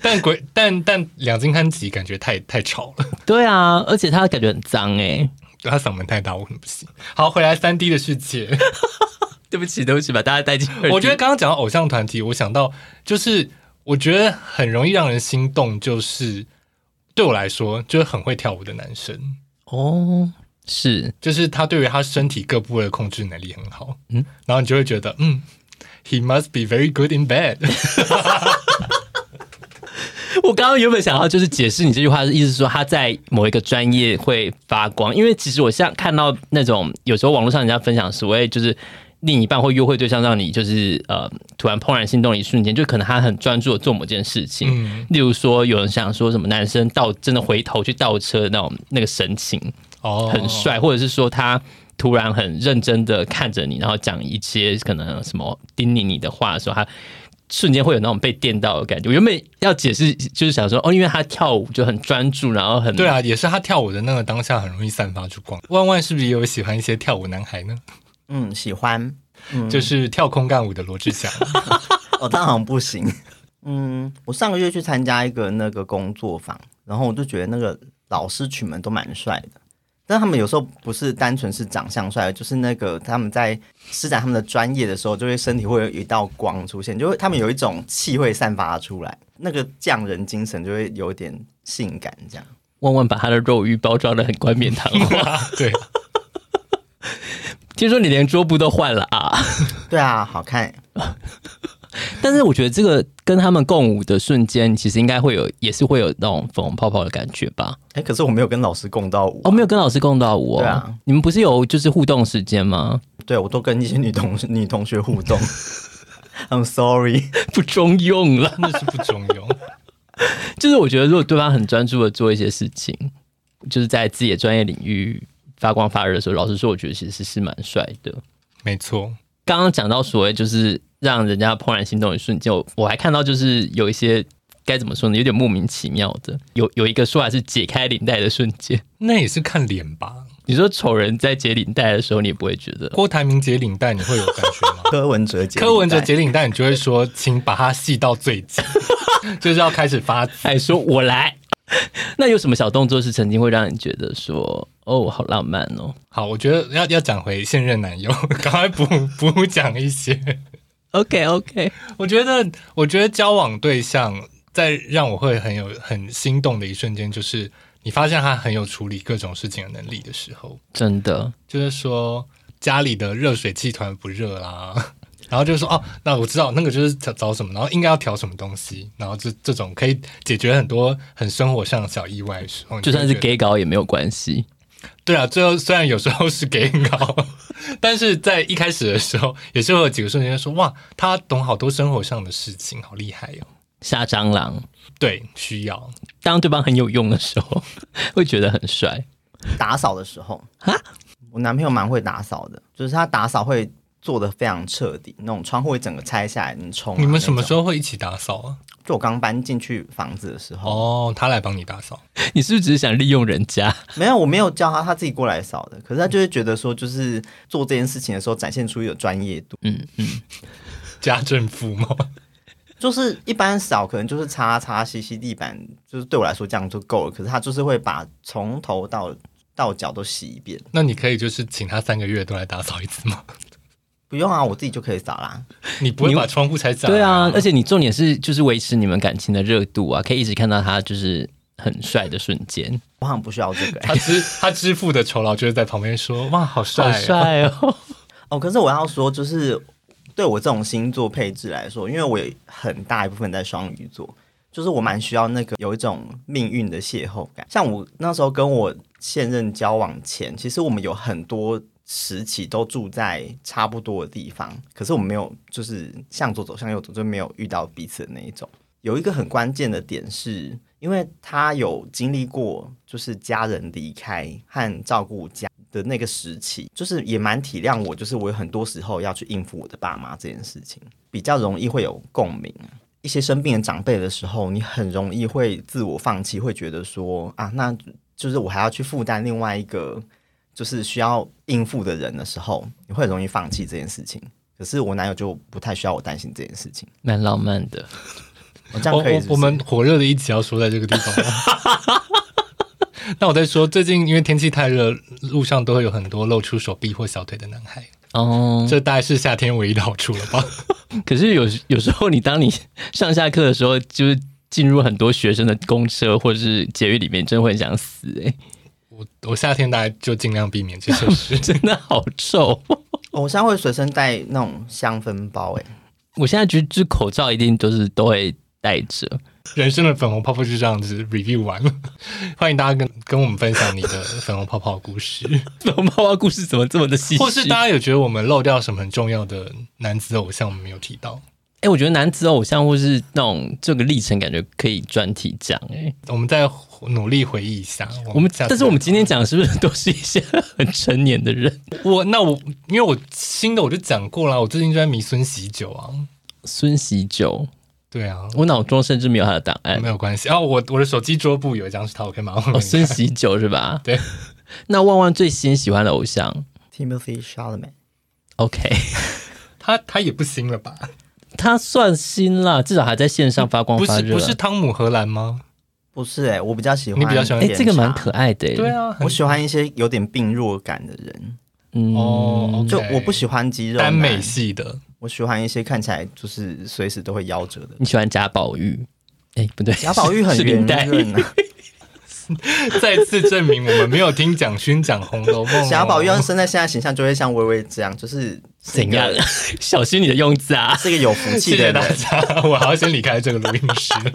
但鬼但但两金看齐感觉太太吵了，
对啊，而且他感觉很脏哎。
对他嗓门太大，我很不行。好，回来三 D 的世界，
对不起， 对不起，把大家带进。
我觉得刚刚讲到偶像团体，我想到就是我觉得很容易让人心动，就是对我来说就是很会跳舞的男生，
哦，是
就是他对于他身体各部位的控制能力很好，嗯
嗯，
然后你就会觉得嗯。He must be very good in bed 。
我刚刚原本想要就是解释你这句话的意思，说他在某一个专业会发光，因为其实我像看到那种有时候网络上人家分享所谓就是另一半或约会对象让你就是呃突然怦然心动的一瞬间，就可能他很专注的做某件事情，
嗯
例如说有人想说什么男生倒真的回头去倒车的那种那个神情
哦
很帅，或者是说他突然很认真的看着你，然后讲一些可能什么叮咛你的话的时候，他瞬间会有那种被电到的感觉。我原本要解释，就是想说哦，因为他跳舞就很专注，然后很
对啊，也是他跳舞的那个当下很容易散发出光。万万是不是也有喜欢一些跳舞男孩呢？
嗯，喜欢。嗯，
就是跳空干舞的罗 志祥，
哦，但好像不行。嗯，我上个月去参加一个那个工作坊，然后我就觉得那个老师群们都蛮帅的，但他们有时候不是单纯是长相帅，就是那个他们在施展他们的专业的时候，就会身体会有一道光出现，就会他们有一种气会散发出来，那个匠人精神就会有点性感这样。
万万把他的肉欲包装的很冠冕堂 皇。
对，
听说你连桌布都换了啊？
对啊，好看。
但是我觉得这个跟他们共舞的瞬间，其实应该会有，也是会有那种粉红泡泡的感觉吧？
哎、可是我没有跟老师共到舞啊、
哦，没有跟老师共到舞哦。
对啊
你们不是有就是互动时间吗？
对我都跟一些女同女同学互动。I'm sorry，？
不中用了。
那是不中用。
就是我觉得，如果对方很专注的做一些事情，就是在自己的专业领域发光发热的时候，老实说，我觉得其实是蛮帅的。
没错，
刚刚讲到所谓就是让人家怦然心动的瞬间，我我还看到就是有一些该怎么说呢，有点莫名其妙的，有有一个说法是解开领带的瞬间。
那也是看脸吧。
你说丑人在解领带的时候，你也不会觉得
郭台铭解领带，你会有感觉 吗
柯文哲姐，
柯文哲解领带，你就会说，请把它系到最紧， 就是要开始发紫。
还哎说我来。 那有什么小动作是曾经会让你觉得说哦，好浪漫哦？
好，我觉得要要讲回现任男友， 赶快补补讲一些。
OK OK，
我觉得，我觉得交往对象在让我会很有很心动的一瞬间，就是你发现他很有处理各种事情的能力的时候，
真的，
就是说家里的热水器突然不热啦。 然后就说哦，那我知道那个就是找找什么，然后应该要调什么东西，然后这这种可以解决很多很生活上的小意外的时候，你
就算
会
是
觉得
gay 搞也没有关系。
对啊，最后虽然有时候是给稿， 但是在一开始的时候，也是会有几个瞬间说哇，他懂好多生活上的事情，好厉害哦。
杀蟑螂，
对，需要
当对方很有用的时候， 会觉得很帅。
打扫的时候
啊，
我男朋友蛮会打扫的，就是他打扫会做的非常彻底，那种窗户会整个拆下来，你冲、
哦
啊。
你们什么时
候？
候会一起打扫啊？
就我刚搬进去房子的时候，
哦，他来帮你打扫，
你是不是只是想利用人家？
没有，我没有叫他，他自己过来扫的。可是他就会觉得说，就是做这件事情的时候展现出有专业度，
嗯嗯，
家政妇吗？
就是一般扫可能就是擦擦吸吸地板，就是对我来说这样就够了。可是他就是会把从头到到脚都洗一遍，
那你可以就是请他三个月都来打扫一次吗？
不用啊，我自己就可以扫啦。
你不会
你
把窗户拆下来？
对啊，而且你重点是就是维持你们感情的热度啊，可以一直看到他就是很帅的瞬间，
我好像不需要这个、欸
他支他支付的酬劳就是在旁边说哇，好
好
帅、哦，
帅哦！
哦，可是我要说，就是对我这种星座配置来说，因为我有很大一部分在双鱼座，就是我蛮需要那个有一种命运的邂逅感。像我那时候跟我现任交往前，其实我们有很多时期都住在差不多的地方，可是我们没有就是向左走向右走，就没有遇到彼此的那一种。有一个很关键的点是，因为他有经历过就是家人离开和照顾家的那个时期，就是也蛮体谅我，就是我有很多时候要去应付我的爸妈这件事情，比较容易会有共鸣。一些生病的长辈的时候，你很容易会自我放弃，会觉得说啊，那就是我还要去负担另外一个就是需要应付的人的时候，你会很容易放弃这件事情。可是我男友就不太需要我担心这件事情，
蛮浪漫的，
我这样
我
可以
我
是不是
我们火热的一集要说在这个地方 吗。那我在说，最近因为天气太热，路上都会有很多露出手臂或小腿的男孩，
哦、
这大概是夏天唯一的好处了吧？
可是有有时候，你当你上下课的时候，就是进入很多学生的公车或者是捷运里面，真的会很想死哎、。
我我夏天大概就尽量避免这些 事
真的好臭！
哦我现在会随身带那种香氛包、欸，
我现在觉得就是口罩一定都是都会戴着，
人生的粉红泡泡就这样子 review 完了， 欢迎大家跟跟我们分享你的粉红泡泡 故事，
龙猫猫故事怎么这么的唏嘘？
或是大家有觉得我们漏掉什么很重要的男子偶像我们没有提到，
哎、我觉得男子偶像或是那种这个历程，感觉可以专题讲哎、
我们再努力回忆一下。
我们，
哦下次
但是我们今天讲的是不是都是一些很成年的人？
我那我因为我新的我就讲过了，我最近就在迷孙喜酒啊，
孙喜九，
对啊，
我脑中甚至没有他的档案
没。有关系啊。我我的手机桌布有一张是他，我可以马上
哦，
给你
孙喜九是吧？
对。
那万万最新喜欢的偶像
Timothy Chalamet，
，OK，
他他也不新了吧？
他算新啦，至少还在线上发光
不
发
是
热。啊
不是，汤姆荷兰吗？
不是哎、我比较喜欢，
你比较喜欢
哎、这个蛮可
爱，
爱的、欸。
对，啊，
我
很
喜欢一些有点病弱感的人，
嗯，
哦
就
OK
我不喜欢肌肉
耽美
男，
系的，
我喜欢一些看起来就是随时都会夭折的。
你喜欢贾宝玉？哎、不对，
贾宝玉 很
是
圆
林黛玉
润、啊，
再次证明我们没有听蒋勋讲《红楼梦》哦。
贾宝玉要是生在现在形象，就会像微微这样，就是是一
怎
个
样？ 小心你的用字啊！
是一个有福气
谢
的
谢
人
大。家，我还要先离开这个录音室。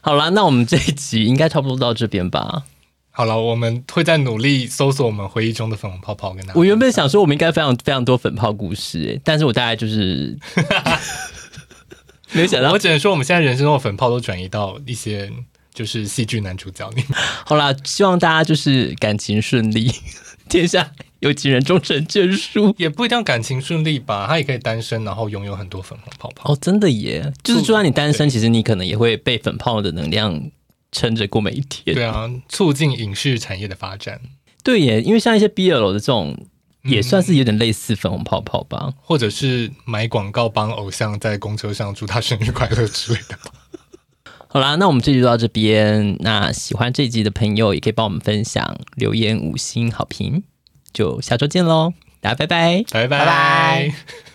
好啦，那我们这一集应该差不多到这边吧。
好了，我们会再努力搜索我们回忆中的粉红泡泡跟大家。
我原本想说我们应该非常非常多粉泡故事、欸，但是我大概就是 没有想到
我。只能说，我们现在人生中的粉泡都转移到一些就是戏剧男主角里面。
好啦，希望大家就是感情顺利， 天下有情人终成眷属。
也不一定要感情顺利吧，他也可以单身，然后拥有很多粉红泡泡。
哦，真的耶！就是就算你单身，其实你可能也会被粉泡的能量撑着过每一天。
对啊，促进影视产业的发展，
对耶，因为像一些 BL 的这种，也算是有点类似粉红泡泡吧。
或者是买广告帮偶像在公车上祝他生日快乐之类的。
好啦，那我们这集就到这边。那喜欢这集的朋友，也可以帮我们分享、留言、五星好评。就下周见喽，大家拜拜。
拜拜
拜拜